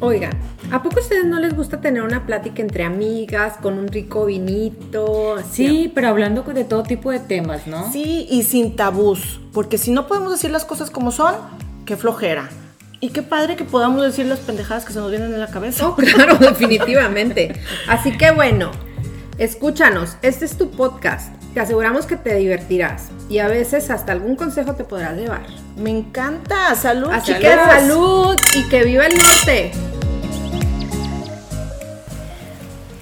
Oigan, ¿a poco a ustedes no les gusta tener una plática entre amigas, con un rico vinito? Sí, pero hablando de todo tipo de temas, ¿no? Sí, y sin tabús, porque si no podemos decir las cosas como son, qué flojera. Y qué padre que podamos decir las pendejadas que se nos vienen en la cabeza. Oh, claro, definitivamente. Así que bueno, escúchanos, este es tu podcast. Te aseguramos que te divertirás y a veces hasta algún consejo te podrás llevar. Me encanta, salud. Así que salud y que viva el norte.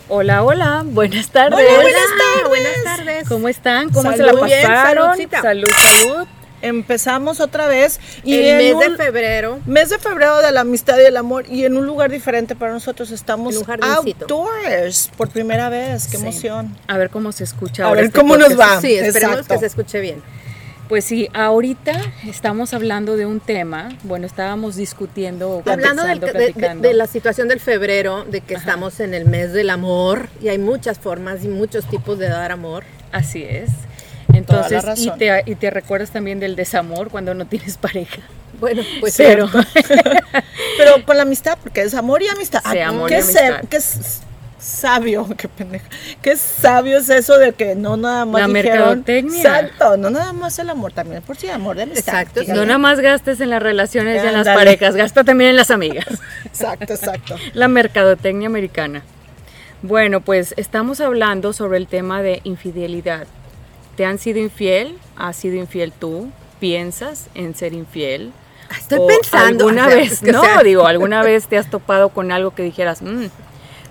Hola, hola, buenas tardes. Hola, buenas tardes. buenas tardes. ¿Cómo están? ¿Cómo se la Salud. Muy bien, pasaron? saludcita. salud, salud. Empezamos otra vez y el en mes de un- febrero. mes de febrero de la amistad y el amor y en un lugar diferente para nosotros estamos En un jardincito. outdoors por primera vez. Qué emoción. A ver cómo se escucha A ahora ver este cómo nos podcast. va. Sí, esperemos exacto. que se escuche bien. Pues sí, ahorita estamos hablando de un tema, bueno, estábamos discutiendo, o Hablando del- conversando, de, de- platicando. de la situación del febrero, de que estamos en el mes del amor y hay muchas formas y muchos tipos de dar amor. Así es. Toda la Entonces, y razón. te, y te recuerdas también del desamor cuando no tienes pareja. Bueno, pues Pero Pero con la amistad, porque es amor y amistad. Sí, Ah, amor y qué amistad. se- qué s- sabio, qué pendejo. Qué sabio es eso de que no nada más La dijeron, mercadotecnia. Exacto, no nada más el amor también, por sí, amor de amistad. Exacto, fíjate. no nada más gastes en las relaciones y en las Ándale. parejas, gasta también en las amigas. Exacto, exacto. La mercadotecnia americana. Bueno, pues estamos hablando sobre el tema de infidelidad. ¿Te han sido infiel? ¿Has sido infiel tú? ¿Piensas en ser infiel? Estoy ¿O pensando, ¿Alguna o sea, vez? es que, o no, sea- digo, ¿alguna vez te has topado con algo que dijeras, "Mm,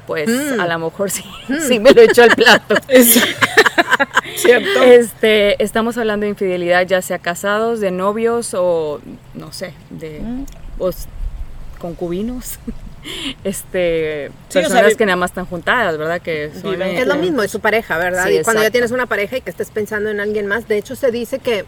pues Mm. a lo mejor sí, sí me lo echo al plato? Cierto. Este, estamos hablando de infidelidad, ya sea casados, de novios o no sé, de Mm. Mm, o s- pues, concubinos. Este, Sí, o sea, personas vi- que nada más están juntadas, ¿verdad? Que son, Viven eh, Es lo mismo, es su pareja, ¿verdad? Sí, y cuando ya exacto. tienes una pareja y que estés pensando en alguien más, de hecho se dice que,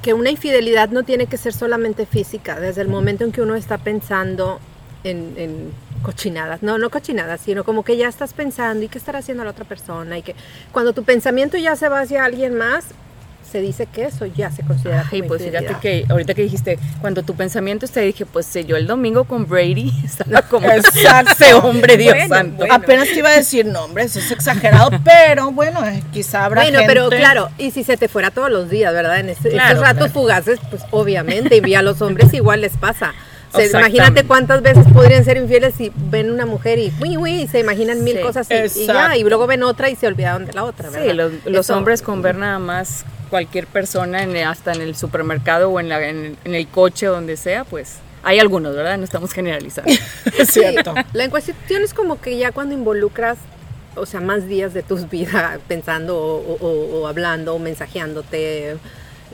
que una infidelidad no tiene que ser solamente física, desde el momento en que uno está pensando en, en cochinadas, no, no cochinadas, sino como que ya estás pensando y qué estará haciendo la otra persona y que cuando tu pensamiento ya se va hacia alguien más, se dice que eso ya se considera Ay, como pues fíjate infidelidad. que ahorita que dijiste, cuando tu pensamiento te dije, pues sí, yo el domingo con Brady estaba como Exacto. ese hombre, Dios Bueno, santo. bueno. Apenas te iba a decir nombres, es exagerado, pero bueno, eh, quizá habrá Bueno, gente. pero claro, y si se te fuera todos los días, ¿verdad? En este- Claro, estos ratos claro. fugaces, pues obviamente, y a los hombres igual les pasa. O sea, Exactamente. imagínate cuántas veces podrían ser infieles si ven una mujer y, uy, uy, y se imaginan mil Sí, cosas y- y, ya, y exacto. luego ven otra y se olvidaron de la otra, ¿verdad? Sí, los, los Eso- hombres con ver nada más cualquier persona, en- hasta en el supermercado o en, la- en- en el coche, donde sea, pues hay algunos, ¿verdad? No estamos generalizando. Es Sí, cierto. La cuestión es como que ya cuando involucras, o sea, más días de tus vidas pensando o, o- o- o hablando o mensajeándote,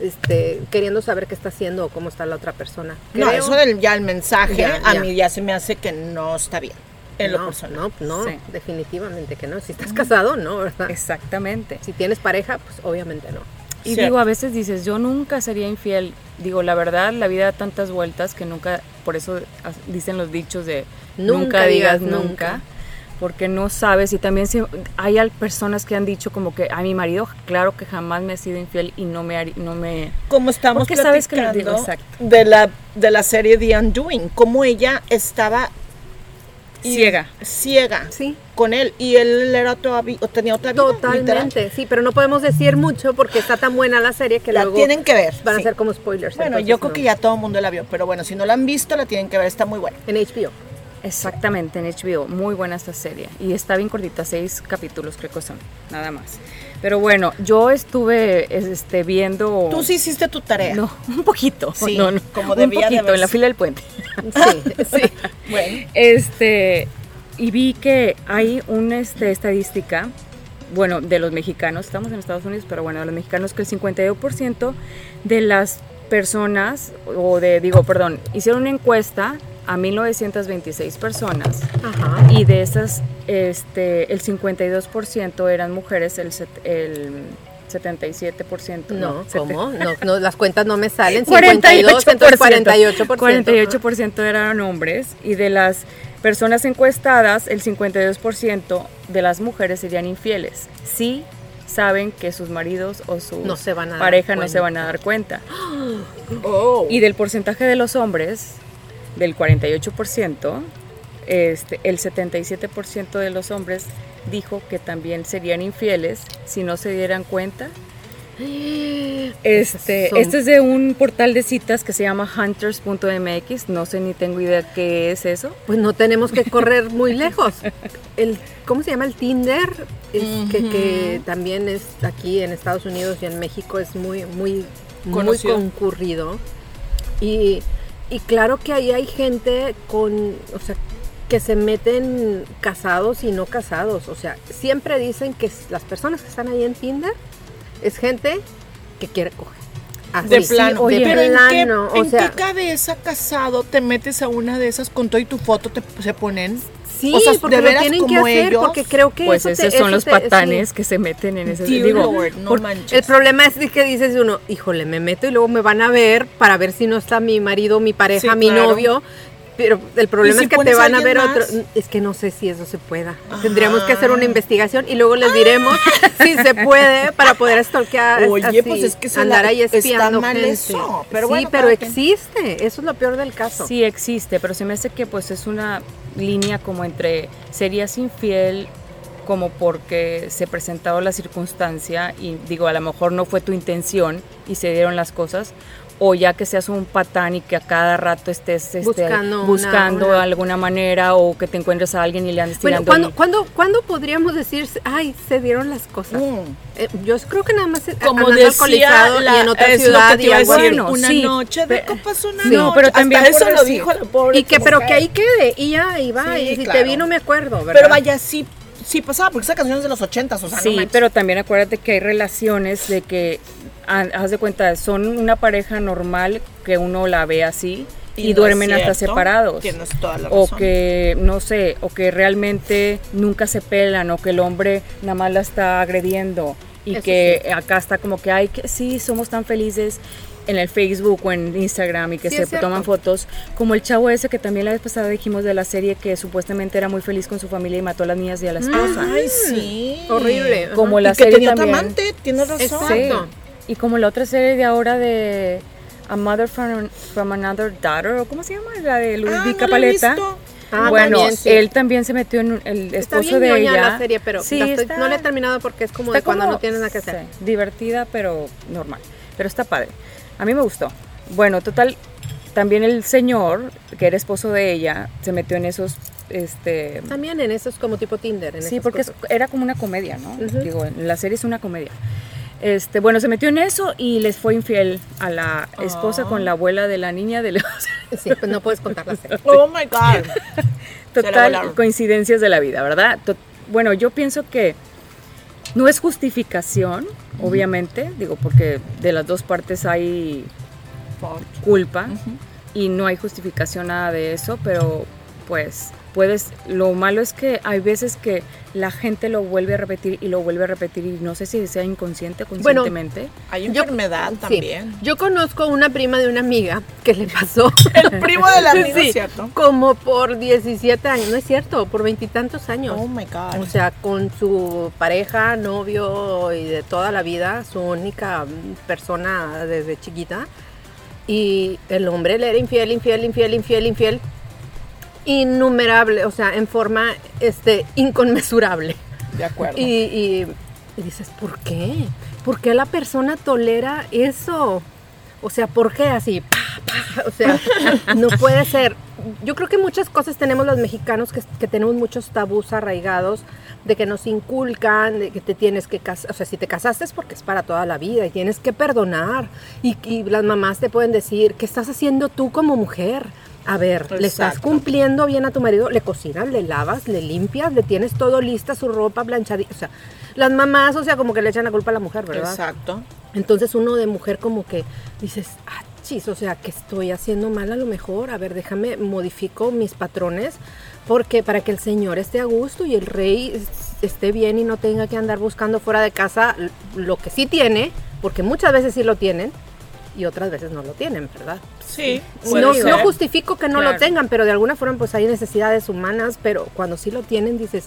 este, queriendo saber qué está haciendo o cómo está la otra persona. No, Creo- eso del ya el mensaje Ya, a ya. mí ya se me hace que no está bien en lo personal. No, pues no, Sí. definitivamente que no. Si estás casado, no, ¿verdad? Exactamente. Si tienes pareja, pues obviamente no. Y Cierto. digo, a veces dices, yo nunca sería infiel. Digo, la verdad, la vida da tantas vueltas que nunca, por eso as- dicen los dichos de Nunca nunca, digas digas nunca, nunca. porque no sabes. Y también si, hay al- personas que han dicho como que, a mi marido, claro que jamás me ha sido infiel y no me... har- No me Como estamos Porque platicando sabes que lo digo, exacto. de la de la serie The Undoing, cómo ella estaba y- ciega. ciega Sí. con él y él era todavía o tenía otra vida, Totalmente, literal. sí, pero no podemos decir mucho porque está tan buena la serie que La luego tienen que ver. van a sí. ser como spoilers. Bueno, entonces yo creo no. que ya todo el mundo la vio, pero bueno, si no la han visto la tienen que ver, está muy buena. En HBO. Exactamente, en HBO. Muy buena esta serie. Y está bien cortita, seis capítulos creo que son, nada más. Pero bueno, yo estuve es- este, viendo... Tú sí hiciste tu tarea. No, un poquito. Sí, no, no, como debía de Un poquito, en la haberse. fila del puente. Sí, sí. Bueno, Este, y vi que hay una este, estadística, bueno, de los mexicanos, estamos en Estados Unidos, pero bueno, de los mexicanos que el 52% de las personas, o de, digo, perdón, hicieron una encuesta a 1926 personas Ajá. y de esas, este, el 52% eran mujeres, el, set- el 77%. No, sete- ¿cómo? No, no, las cuentas no me salen. 48%. 52, entonces 48%. 48% eran hombres y de las personas encuestadas, el 52% de las mujeres serían infieles. Sí saben que sus maridos o su No se van a dar pareja no se cuenta. van a dar cuenta. Oh. Y del porcentaje de los hombres, del 48%, este, el 77% de los hombres dijo que también serían infieles si no se dieran cuenta. Este, Son- este es de un portal de citas que se llama hunters.mx, no sé ni tengo idea qué es eso. Pues no tenemos que correr muy lejos. El, ¿Cómo se llama? El Tinder, es que, que también es aquí en Estados Unidos y en México es muy, muy, muy Conocido. concurrido. Y, y claro que ahí hay gente con, o sea, que se meten casados y no casados. O sea, siempre dicen que s- las personas que están ahí en Tinder es gente que quiere coger. Así, De plano. de Pero ¿en qué- plano, ¿en, qué, o sea, cabeza casado te metes a una de esas con todo y tu foto te, se ponen? Sí, O sea, porque de lo veras tienen que como hacer, ellos. porque creo que Pues eso te- esos son eso los te- patanes sí. que se meten en ese Dear digo, Lord, no por- manches. El problema es de que dices uno, híjole, me meto y luego me van a ver para ver si no está mi marido, mi pareja, Sí, mi claro. novio. Pero el problema si es que te pones a van a ver alguien otro. más? Ah. Es que no sé si eso se pueda. Tendríamos que hacer una investigación y luego les diremos si se puede para poder stalkear. Oye, así, pues es que se andar la- ahí está espiando mal gente. eso, pero sí, bueno, pero cada quien. existe. Eso es lo peor del caso. Sí existe, pero se me hace que pues es una línea como entre serías infiel como porque se presentaba la circunstancia y digo, a lo mejor no fue tu intención y se dieron las cosas o ya que seas un patán y que a cada rato estés este, Buscando una- buscando una- de alguna manera o que te encuentres a alguien y le andes Bueno, tirando ¿cuándo, el- ¿cuándo, ¿cuándo podríamos decir, ay, se dieron las cosas? Mm. Eh, yo creo que nada más eh, Como andando decía alcoholizado y en otra es lo ciudad que te y iba a algo decir, así. bueno, una sí, noche de pe- copas una sí, noche. pero también Hasta eso por lo decir- dijo la pobre. Y que, pero que ahí quede, y ya, y va, Sí, y si te claro. vi no me acuerdo, ¿verdad? Pero vaya, sí, sí pasaba, porque esa canción es de los ochentas, o sea, no Sí, manches. pero también acuérdate que hay relaciones de que, ha- haz de cuenta, son una pareja normal que uno la ve así y, no es duermen hasta cierto, separados. Tienes toda la o razón. que, no sé, o que realmente nunca se pelan, o que el hombre nada más la está agrediendo y Eso que acá está como que, ay, que sí, somos tan felices en el Facebook o en Instagram y que Sí, se es cierto. toman fotos, como el chavo ese que también la vez pasada dijimos de la serie que supuestamente era muy feliz con su familia y mató a las niñas y Mm, a la esposa. Ay, sí. Horrible. ajá. Como Y la que serie tenía otra también. amante, tienes razón. Exacto. Sí. Y como la otra serie de ahora de A Mother from, from Another Daughter, ¿o ¿cómo se llama? La de Luis Di Ah, no la he Capaleta. visto. Ah, bueno, también, sí. él también se metió en un- el Está bien esposo de ñoña ella. la serie, pero Sí, la estoy- está- no la he terminado porque es como está de cuando como- no tienes nada que hacer. sí, divertida, pero normal. Pero está padre. A mí me gustó. Bueno, total, también el señor, que era esposo de ella, se metió en esos, este... También en esos como tipo Tinder. En Sí, esas porque es- cosas. era como una comedia, ¿no? Ujú. Digo, en la serie es una comedia. Este, bueno, se metió en eso y les fue infiel a la esposa con la Ah. abuela de la niña de los Sí, pues no puedes contar la serie. Oh my God. total volaron. coincidencias de la vida, ¿verdad? To- bueno, yo pienso que no es justificación, obviamente, digo, porque de las dos partes hay culpa y no hay justificación nada de eso, pero pues puedes, lo malo es que hay veces que la gente lo vuelve a repetir y lo vuelve a repetir y no sé si sea inconsciente o Bueno, conscientemente. Hay Yo- enfermedad Sí. también. Yo conozco una prima de una amiga que le pasó. El primo de la amiga, Sí, ¿cierto? Como por 17 años, no es cierto, por veintitantos años. Oh my God. O sea, con su pareja, novio y de toda la vida, su única mm, persona desde chiquita. Y el hombre le era infiel, infiel, infiel, infiel, infiel. Innumerable, o sea, en forma este, inconmensurable. de acuerdo. Y, y- y dices, ¿por qué? ¿Por qué la persona tolera eso? O sea, ¿por qué así? Pa, pa, o sea, no puede ser. Yo creo que muchas cosas tenemos los mexicanos que, que tenemos muchos tabús arraigados de que nos inculcan, de que te tienes que casar. O sea, si te casaste es porque es para toda la vida y tienes que perdonar. Y, y las mamás te pueden decir, ¿qué estás haciendo tú como mujer? A ver, le estás Exacto. cumpliendo bien a tu marido, le cocinas, le lavas, le limpias, le tienes todo lista, su ropa planchadita. O sea, las mamás, o sea, como que le echan la culpa a la mujer, ¿verdad? Exacto. Entonces uno de mujer como que dices, ah, chis, o sea, que estoy haciendo mal a lo mejor, a ver, déjame, modifico mis patrones porque para que el señor esté a gusto y el rey es- esté bien y no tenga que andar buscando fuera de casa l- lo que sí tiene, porque muchas veces sí lo tienen y otras veces no lo tienen, ¿verdad? Sí. puede No, ser. no justifico que no Claro. lo tengan, pero de alguna forma pues hay necesidades humanas, pero cuando sí lo tienen dices,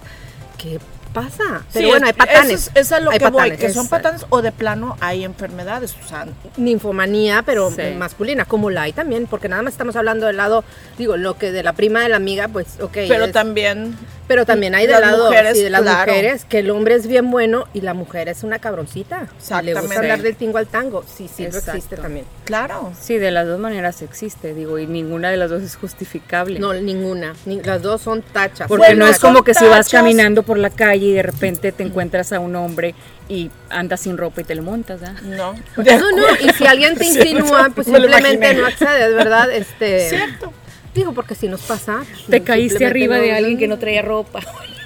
qué pasa. Pero bueno, hay patanes. Eso es, eh, es a lo hay que voy, patanes. que son exacto. patanes o de plano hay enfermedades, Susana. ninfomanía, pero Sí. masculina, como la hay también, porque nada más estamos hablando del lado, digo, lo que de la prima de la amiga, pues, ok. Pero es- también pero también hay del las lado mujeres, sí, de las claro. mujeres, que el hombre es bien bueno y la mujer es una cabroncita. Y Le gusta Exactamente. andar del tingo al tango. Sí, sí, eso Exacto. existe también. Claro. Sí, de las dos maneras existe, digo, y ninguna de las dos es justificable. No, ninguna. ni- las dos son tachas. Porque Bueno, no es son como que si vas tachas. caminando por la calle y de repente te encuentras a un hombre y andas sin ropa y te le montas, ¿ah? No. No, no, y si alguien te insinúa, pues me lo simplemente imaginé. no accedes, ¿verdad? Este, Cierto. Digo, porque si nos pasa. pues, Te caíste simplemente arriba no- de alguien que no traía ropa.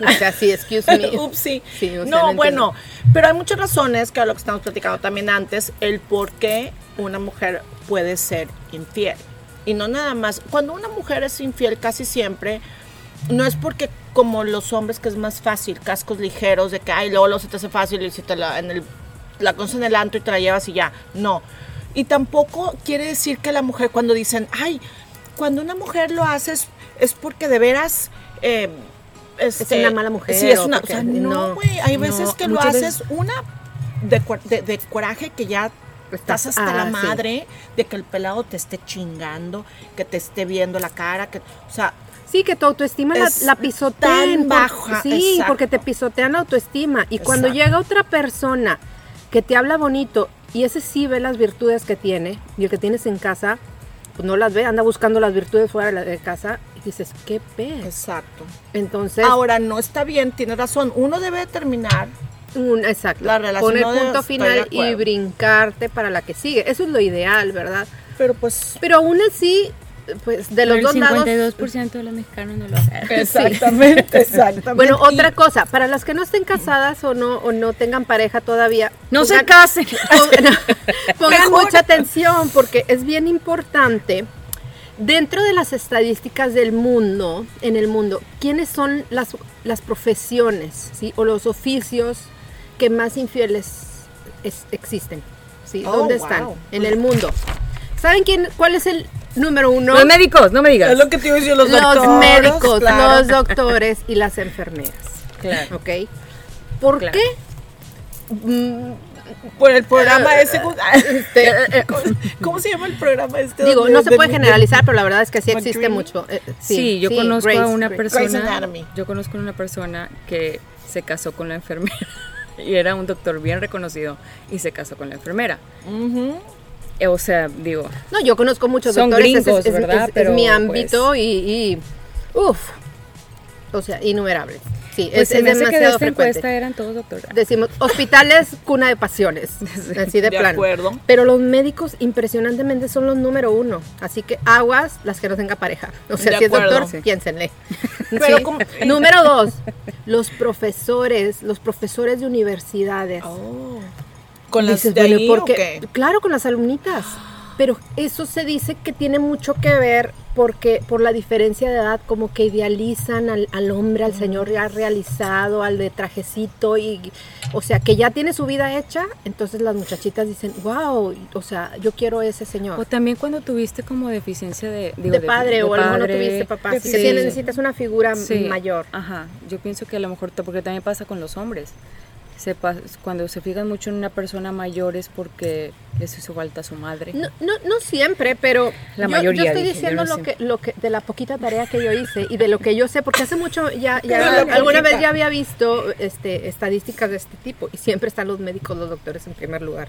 O sea, sí, excuse me. Upsi. Sí, o sea, no, entiendo. bueno, pero hay muchas razones que a lo que estamos platicando también antes, el por qué una mujer puede ser infiel. Y no nada más, cuando una mujer es infiel casi siempre, no es porque como los hombres que es más fácil, cascos ligeros, de que, ay, luego, luego se te hace fácil y se te la, en el, la cosa en el anto y te la llevas y ya. No. Y tampoco quiere decir que la mujer, cuando dicen, ay, cuando una mujer lo hace es, es porque de veras... eh, este, una mala mujer Sí, es o una. o porque sea, no, no, güey. hay no, veces que lo muchas haces veces- una de, cor- de- de coraje que ya estás Estás- hasta ah, la sí. madre de que el pelado te esté chingando, que te esté viendo la cara, que, o sea, Sí, que tu autoestima la, Es la pisotean. tan por- baja, sí, exacto. porque te pisotean la autoestima. Y cuando Exacto. llega otra persona que te habla bonito y ese sí ve las virtudes que tiene y el que tienes en casa, pues no las ve, anda buscando las virtudes fuera de, la- de casa y dices, qué pez. exacto. Entonces, Ahora no está bien, tienes razón, uno debe determinar un, exacto, La relación poner no debe- punto estoy de final y acuerdo. brincarte para la que sigue. Eso es lo ideal, ¿verdad? pero pues Pero aún así, pues de los Pero dos el lados 52% de los mexicanos no lo hacen. exactamente, exactamente. Bueno, Y- otra cosa, para las que no estén casadas o no o no tengan pareja todavía, No se pongan- casen. pongan, pongan Mejor. mucha atención porque es bien importante dentro de las estadísticas del mundo, en el mundo, quiénes son las las profesiones, ¿sí? o los oficios que más infieles es- existen, ¿sí? Oh, ¿Dónde wow. están en el mundo? ¿Saben quién cuál es el número uno? Los médicos, no me digas. es lo que te iba a decir los, los doctores, médicos, claro. los doctores y las enfermeras. Claro. ¿Ok? ¿Por Claro. qué? por el programa Eh, ese ¿cómo, cómo se llama el programa este? Digo, donde- no se de- puede de- generalizar, pero la verdad es que sí What existe dreaming? mucho. Eh, Sí, yo conozco a Grey's- una Grey- Grey's persona. Anatomy. Yo conozco a una persona que se casó con la enfermera y era un doctor bien reconocido y se casó con la enfermera. Ujú. Eh, O sea, digo, No, yo conozco muchos Son doctores. ese es, gringos, es- ¿verdad? es- es Pero, mi pues- ámbito y, y- Uf. O sea, innumerables. Sí, pues es, se es me hace que de demasiado esta frecuente. encuesta eran todos doctores. Decimos, hospitales, cuna de pasiones. así de, de plano. acuerdo. Pero los médicos, impresionantemente, son los número uno. Así que aguas las que no tenga pareja. O sea, De si es doctor, acuerdo. sí, piénsenle. Pero Sí. como- Número dos, los profesores, los profesores de universidades. Oh. Con las Dices, de bueno, ahí, ¿por o qué? qué? Claro, con las alumnitas. Pero eso se dice que tiene mucho que ver porque por la diferencia de edad, como que idealizan al, al hombre, al señor ya realizado, al de trajecito y, o sea, que ya tiene su vida hecha. Entonces las muchachitas dicen, wow, o sea, yo quiero ese O señor. también cuando tuviste como deficiencia de... digo, de padre de o alguno padre. tuviste papá. Sí. Si tienes- necesitas una figura Sí, mayor. Ajá, yo pienso que a lo mejor, t- porque también pasa con los hombres. Se pa- cuando se fijan mucho en una persona mayor es porque les hizo falta su madre. No, no, no siempre, pero La yo, mayoría, yo estoy dije, diciendo yo no lo, sé. que, lo que, de la poquita tarea que yo hice y de lo que yo sé, porque hace mucho ya, ya- Pero la alguna poquita. vez ya había visto este, estadísticas de este tipo y siempre están los médicos, los doctores en primer lugar.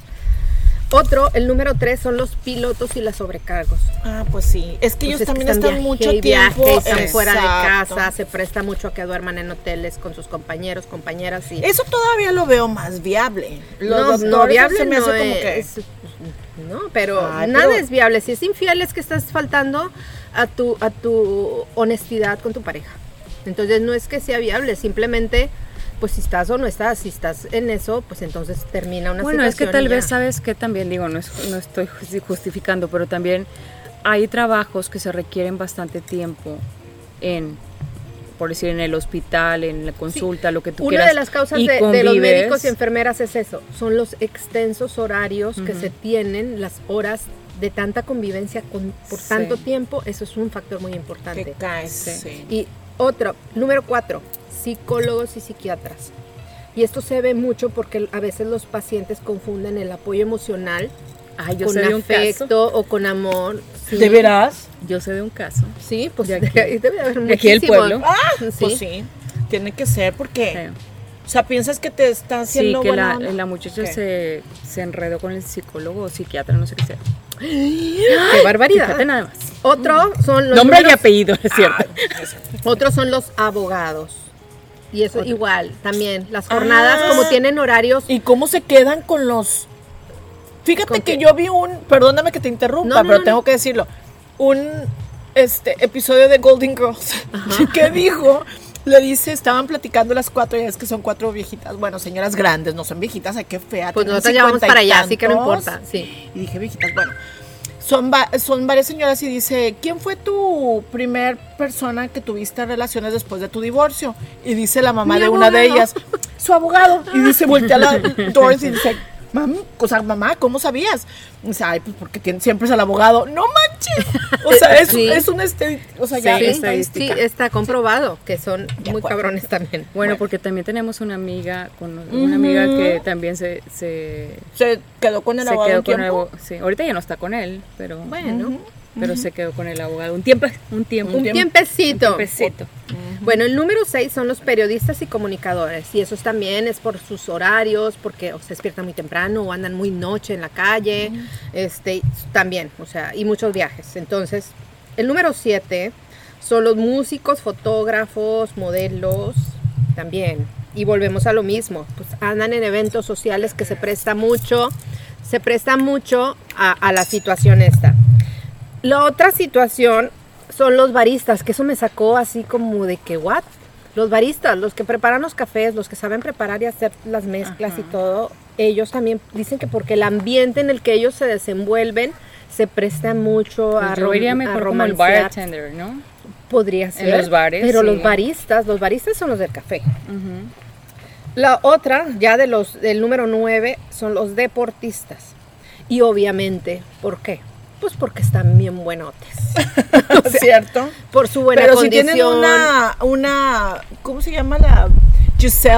Otro, el número tres, son los pilotos y las sobrecargos. Ah, pues sí. Es que ellos Pues es también que están viaje mucho y tiempo viaje, están fuera de Exacto. casa, se presta mucho a que duerman en hoteles con sus compañeros, compañeras y Eso todavía lo veo más viable. Los doctores se me hace como que es- no, pero Ay, nada pero- es viable. Si es infiel es que estás faltando a tu, a tu honestidad con tu pareja. Entonces no es que sea viable, simplemente pues si estás o no estás, si estás en eso, pues entonces termina una Bueno, es que situación tal y ya. vez sabes que también, digo, no, es- no estoy justi- justificando, pero también hay trabajos que se requieren bastante tiempo en, por decir, en el hospital, en la consulta, lo que tú Una quieras. de las causas y de, de los convives. médicos y enfermeras es eso, son los extensos horarios que se tienen, las horas de tanta convivencia con, por Sí. tanto tiempo, eso es un factor muy importante. te caes. Sí. sí. Y otro, número cuatro, psicólogos y psiquiatras. Y esto se ve mucho porque a veces los pacientes confunden el apoyo emocional Ay, yo con sé de un afecto caso. o con amor. sí. ¿De veras? Yo sé de un caso. Sí, pues De de aquí. debe de haber De aquí del muchísimo. pueblo. Ah, Pues sí. sí, tiene que ser porque, creo. o sea, piensas que te está Sí, haciendo que buena la, onda? la muchacha Ok. se, se enredó con el psicólogo o psiquiatra, no sé qué sea. Ah, Qué barbaridad. Fíjate nada más. Otro son los Nombre y números- Ah, apellido, es cierto. Otros son los abogados. Y eso igual, también. Las jornadas, Ah. como tienen horarios. ¿Y cómo se quedan con los? Fíjate ¿Con que qué? yo vi un, perdóname que te interrumpa, No, no, pero no, tengo no. que decirlo, un este episodio de Golden Girls que dijo, le dice, estaban platicando las cuatro y es que son cuatro viejitas, bueno, señoras grandes, no son viejitas, ay, qué fea. Pues tienen nosotras ya vamos 50 y para allá, así que no tantos. importa, sí. Y dije, viejitas, bueno. Son, va- son varias señoras y dice, ¿quién fue tu primer persona que tuviste relaciones después de tu divorcio? Y dice la mamá Mi de una de abogado. ellas, su abogado. Y dice, voltea la Doris y dice, mami, o sea, mamá, ¿cómo sabías? Y dice, ay, pues porque tien- siempre es el abogado. ¡No manches! O sea, es, Sí. es un este, o sea, ya Sí, sí, estadística. está comprobado que son De muy acuerdo. cabrones también. Bueno, porque también tenemos una amiga, con una amiga que también se, se, Se quedó con el se abogado quedó un con el tiempo. abogado. Sí, ahorita ya no está con él, pero Bueno, pero se quedó con el abogado un tiempo, un tiempo, un tiempecito. tiempecito. Bueno, el número 6 son los periodistas y comunicadores. Y esos también es por sus horarios, porque o se despiertan muy temprano o andan muy noche en la calle. Este, también, o sea, y muchos viajes. Entonces, el número 7 son los músicos, fotógrafos, modelos, también. Y volvemos a lo mismo. Pues andan en eventos sociales que se presta mucho, se presta mucho a, a la situación esta. La otra situación son los baristas, que eso me sacó así como de que, ¿what? Los baristas, los que preparan los cafés, los que saben preparar y hacer las mezclas y todo, ellos también dicen que porque el ambiente en el que ellos se desenvuelven se presta mucho a, Pues yo iría rom- a mejor como el romancear. bartender, ¿no? Podría ser. los bares, Pero sí. los baristas, los baristas son los del café. La otra, ya de los, del número 9, son los deportistas. Y obviamente, ¿por qué? Pues porque están bien buenotes. O sea, ¿Cierto? por su buena Pero condición. si tienen una, una, ¿cómo se llama la? Giselle.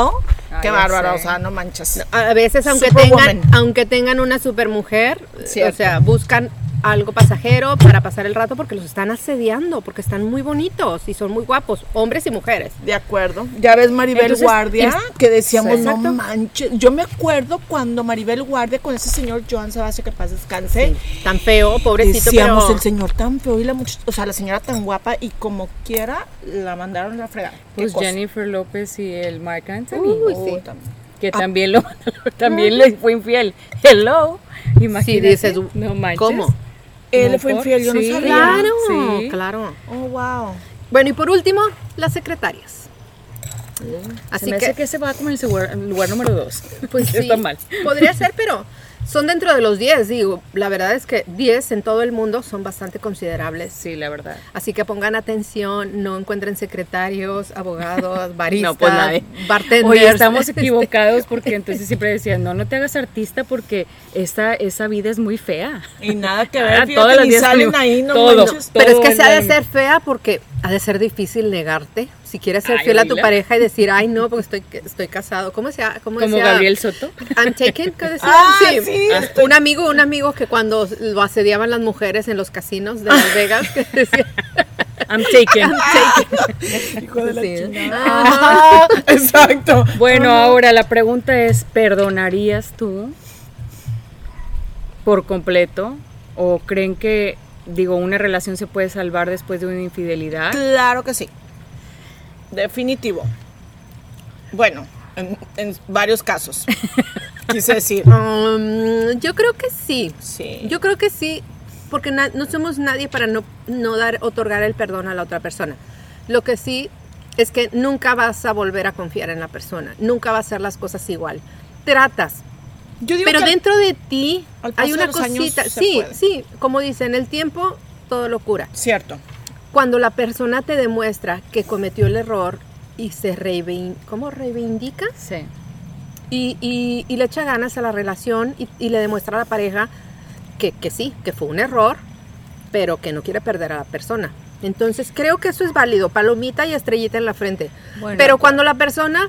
Ah, Qué ya bárbara, sé. o sea, no manches. A veces, aunque Superwoman. tengan, aunque tengan una supermujer, Cierto. o sea, buscan algo pasajero para pasar el rato porque los están asediando, porque están muy bonitos y son muy guapos, hombres y mujeres. De acuerdo. Ya ves Maribel Entonces, Guardia, es- que decíamos, Sí. no Exacto. manches. Yo me acuerdo cuando Maribel Guardia con ese señor Joan Sebastián, que paz descanse, Tan feo, pobrecito, decíamos, pero... el señor tan feo y la muchacha, o sea, la señora tan guapa y como quiera, la mandaron a la fregada. Qué Pues cosa. Jennifer López y el Mark Anthony, Uy, Ah. Oh, sí. también. que también lo también le fue infiel. Hello, imagínate. Sí, dices, "Uh, no manches. ¿cómo? Él No, fue por- infiel, yo sí. no sabía. Claro, Sí. claro. Oh, wow. Bueno, y por último, las secretarias. Se Así me que, hace que se va como en el lugar, el lugar número dos. pues sí, Está mal. podría ser, pero son dentro de los 10, digo. La verdad es que 10 en todo el mundo son bastante considerables. Sí, la verdad. Así que pongan atención, no encuentren secretarios, abogados, baristas, No, pues nadie. bartenders. Oye, estamos Este, equivocados porque entonces siempre decían, no, no te hagas artista porque esta, esa vida es muy fea. Y nada que Ah, ver, todos fíjate, los ni días salen con- ahí, no todo. manches. Pero es que todo se ha de el- ser fea porque ha de ser difícil negarte. Si quieres ser Ay, fiel a tu oíla. pareja y decir, ay, no, porque estoy, estoy casado. ¿Cómo se ha- cómo Como decía? Gabriel Soto. I'm taken, ¿qué decía? Ah, sí, Ah. Un amigo, un amigo que cuando lo asediaban las mujeres en los casinos de Las Vegas, que decía, I'm taken. Hijo de la Sí. chingada. Ah, exacto. Bueno, ahora la pregunta es, ¿perdonarías tú por completo? ¿O creen que, digo, una relación se puede salvar después de una infidelidad? Claro que sí. Definitivo. Bueno, en, en varios casos. Quise decir. Ah, "Um, yo creo que sí. Sí. Yo creo que sí, porque na- no somos nadie para no, no dar, otorgar el perdón a la otra persona. Lo que sí es que nunca vas a volver a confiar en la persona, nunca va a hacer las cosas igual. Tratas, Yo digo pero que- dentro de ti al paso hay de una los años cosita. se Sí, puede. sí, como dicen, el tiempo todo lo cura. Cierto. cuando la persona te demuestra que cometió el error y se reivindica, ¿cómo reivindica? Sí. Y, y- y le echa ganas a la relación y, y le demuestra a la pareja que, que sí, que fue un error, pero que no quiere perder a la persona. Entonces creo que eso es válido, palomita y estrellita en la frente. Bueno, pero cuando la persona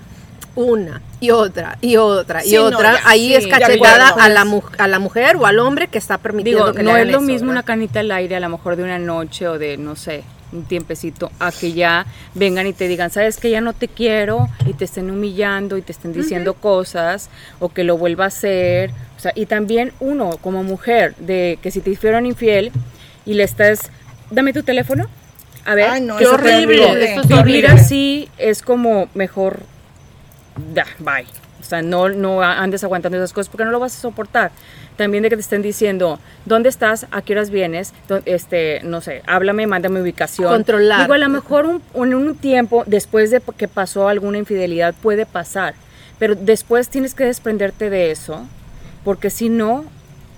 una y otra y otra y Sí, no, otra, ya, ahí sí, es de acuerdo. cachetada a la, mu- a la mujer o al hombre que está permitiendo Digo, que le no hagan es lo eso, mismo una ¿verdad? canita al aire, a lo mejor de una noche o de, no sé, un tiempecito, a que ya vengan y te digan, sabes que ya no te quiero y te estén humillando y te estén diciendo cosas o que lo vuelva a hacer. O sea, y también uno como mujer, de que si te hicieron infiel y le estás, dame tu teléfono. A ver, Ay, no, qué eso te horrible. horrible. Eso es Vivir horrible. así es como mejor da, bye. O sea, no, no andes aguantando esas cosas porque no lo vas a soportar. También de que te estén diciendo, ¿dónde estás? ¿A qué horas vienes? Do- Este, no sé, háblame, mándame ubicación. Controlar. Digo, a lo mejor un, un, un tiempo después de que pasó alguna infidelidad puede pasar, pero después tienes que desprenderte de eso porque si no,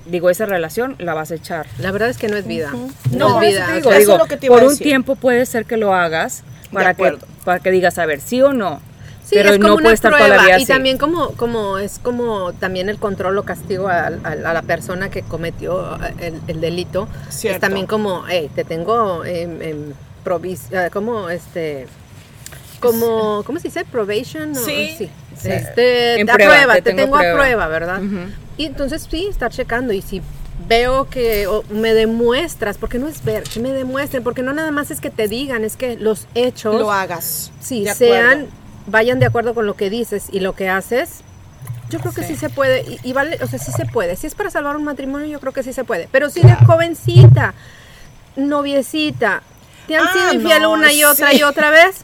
digo, esa relación la vas a echar. La verdad es que no es vida. No, No, por es eso vida. te o digo, sea, eso es lo que te iba por a un decir. tiempo puede ser que lo hagas para que, acuerdo. para que digas, a ver, sí o no. Sí, pero es como no una puede estar prueba, todavía y así. también como como es como también el control o castigo a, a- a la persona que cometió eh, el, el delito Cierto. es también como hey, te tengo em, em, provis- eh, como este como cómo se dice probation o- Sí. Sí. este, En te prueba, aprueba, te te, tengo tengo, a a prueba. prueba, verdad Ujú. y entonces sí estar checando y si veo que o me demuestras porque no es ver que me demuestren porque no nada más es que te digan es que los hechos Lo hagas. Sí, De acuerdo. sean, vayan de acuerdo con lo que dices y lo que haces. Yo creo que sí, se puede, y, y vale, o sea, sí se puede. Si es para salvar un matrimonio, yo creo que sí se puede. Pero si de jovencita, noviecita, te han Ah, sido infiel no, una y otra sí. y otra vez,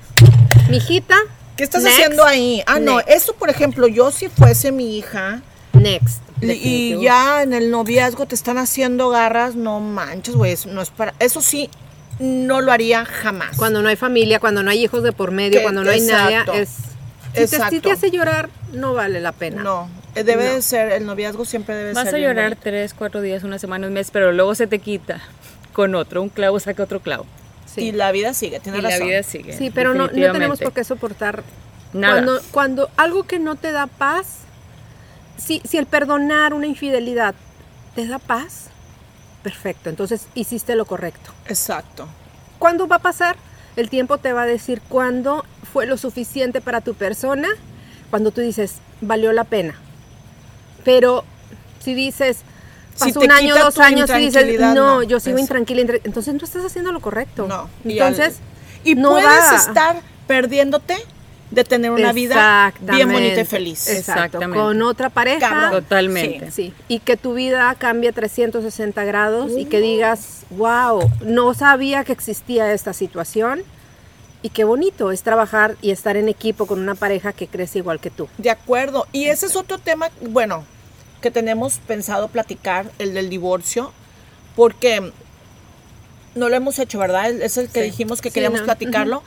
mijita. ¿Qué estás next, haciendo ahí? Ah, no, next, eso, por ejemplo, yo si fuese mi hija Next. y- y, definitivo. ya en el noviazgo te están haciendo garras, no manches, güey, eso no es para... Eso sí, no lo haría jamás. Cuando no hay familia, cuando no hay hijos de por medio, Que- cuando no hay exacto. nada, es. Si te, si Exacto. te hace llorar, no vale la pena. No, eh, debe No. de ser, el noviazgo siempre debe Vas ser... a bien llorar bonito. tres, cuatro días, una semana, un mes, pero luego se te quita con otro. Un clavo saca otro clavo. Sí. Y la vida sigue, tienes y razón. la vida sigue. Sí, pero no, no tenemos definitivamente. por qué soportar Nada. Cuando, cuando algo que no te da paz, si, si el perdonar una infidelidad te da paz, perfecto, entonces hiciste lo correcto. Exacto. ¿Cuándo va a pasar? El tiempo te va a decir cuándo fue lo suficiente para tu persona, cuando tú dices, valió la pena. Pero si dices, Si pasó te un año, quita dos tu años, y dices, intranquilidad, no, no, yo sigo eso. intranquila, intra- entonces no estás haciendo lo correcto. No. y al- Entonces, y no puedes va. estar perdiéndote de tener una vida bien bonita y feliz. Es- Exacto, Exactamente. con otra pareja. Cabrón. Totalmente. Sí, y que tu vida cambie 360 grados y que digas, wow, no sabía que existía esta situación y qué bonito es trabajar y estar en equipo con una pareja que crece igual que tú. De acuerdo. Y ese es otro tema, bueno, que tenemos pensado platicar, el del divorcio, porque no lo hemos hecho, ¿verdad? El- Es el que Sí. dijimos que Sí, queríamos ¿no? platicarlo,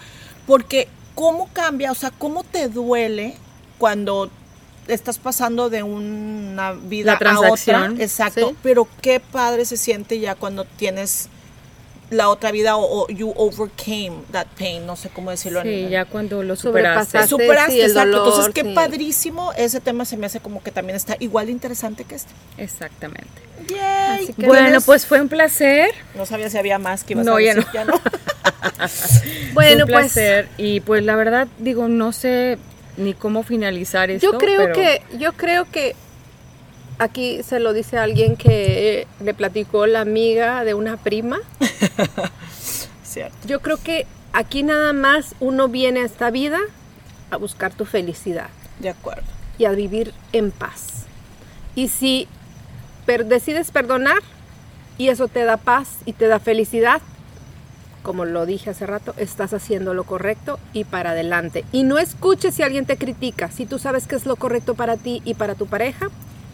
porque cómo cambia, o sea, cómo te duele cuando estás pasando de una vida La a transacción, otra, exacto, sí. pero qué padre se siente ya cuando tienes la otra vida o, o you overcame that pain, no sé cómo decirlo en- Sí, en, ya cuando lo superaste. Sobrepasar. te superaste, sí, el exacto. dolor, Entonces, qué sí. padrísimo. Ese tema se me hace como que también está igual de interesante que este. Exactamente. Yay. Así que- ¿Qué Bueno, tienes? pues fue un placer. No sabía si había más que ibas No, a ya decir. no. Ya no. Bueno, un pues placer. Y pues la verdad, digo, no sé ni cómo finalizar esto. yo creo pero- que yo creo que aquí se lo dice alguien que eh, le platicó la amiga de una prima. Cierto. Yo creo que aquí nada más uno viene a esta vida a buscar tu felicidad. De acuerdo. y a vivir en paz. Y si per- decides perdonar y eso te da paz y te da felicidad, como lo dije hace rato, estás haciendo lo correcto y para adelante. Y no escuches si alguien te critica. Si tú sabes que es lo correcto para ti y para tu pareja,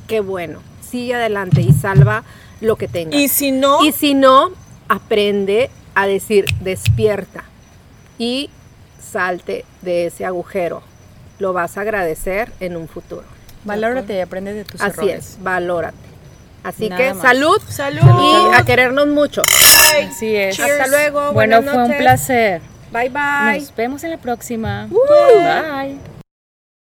qué bueno. Sigue adelante y salva lo que tengas. Y si no, Y si no, aprende a decir despierta y salte de ese agujero. Lo vas a agradecer en un futuro. Valórate y aprende de tus Así errores. es, valórate. Así Nada que más. salud, salud. y a querernos mucho. Ay, Así es. Hasta luego. Bueno, buenas fue un noches. placer. Bye bye. Nos vemos en la próxima. Bye.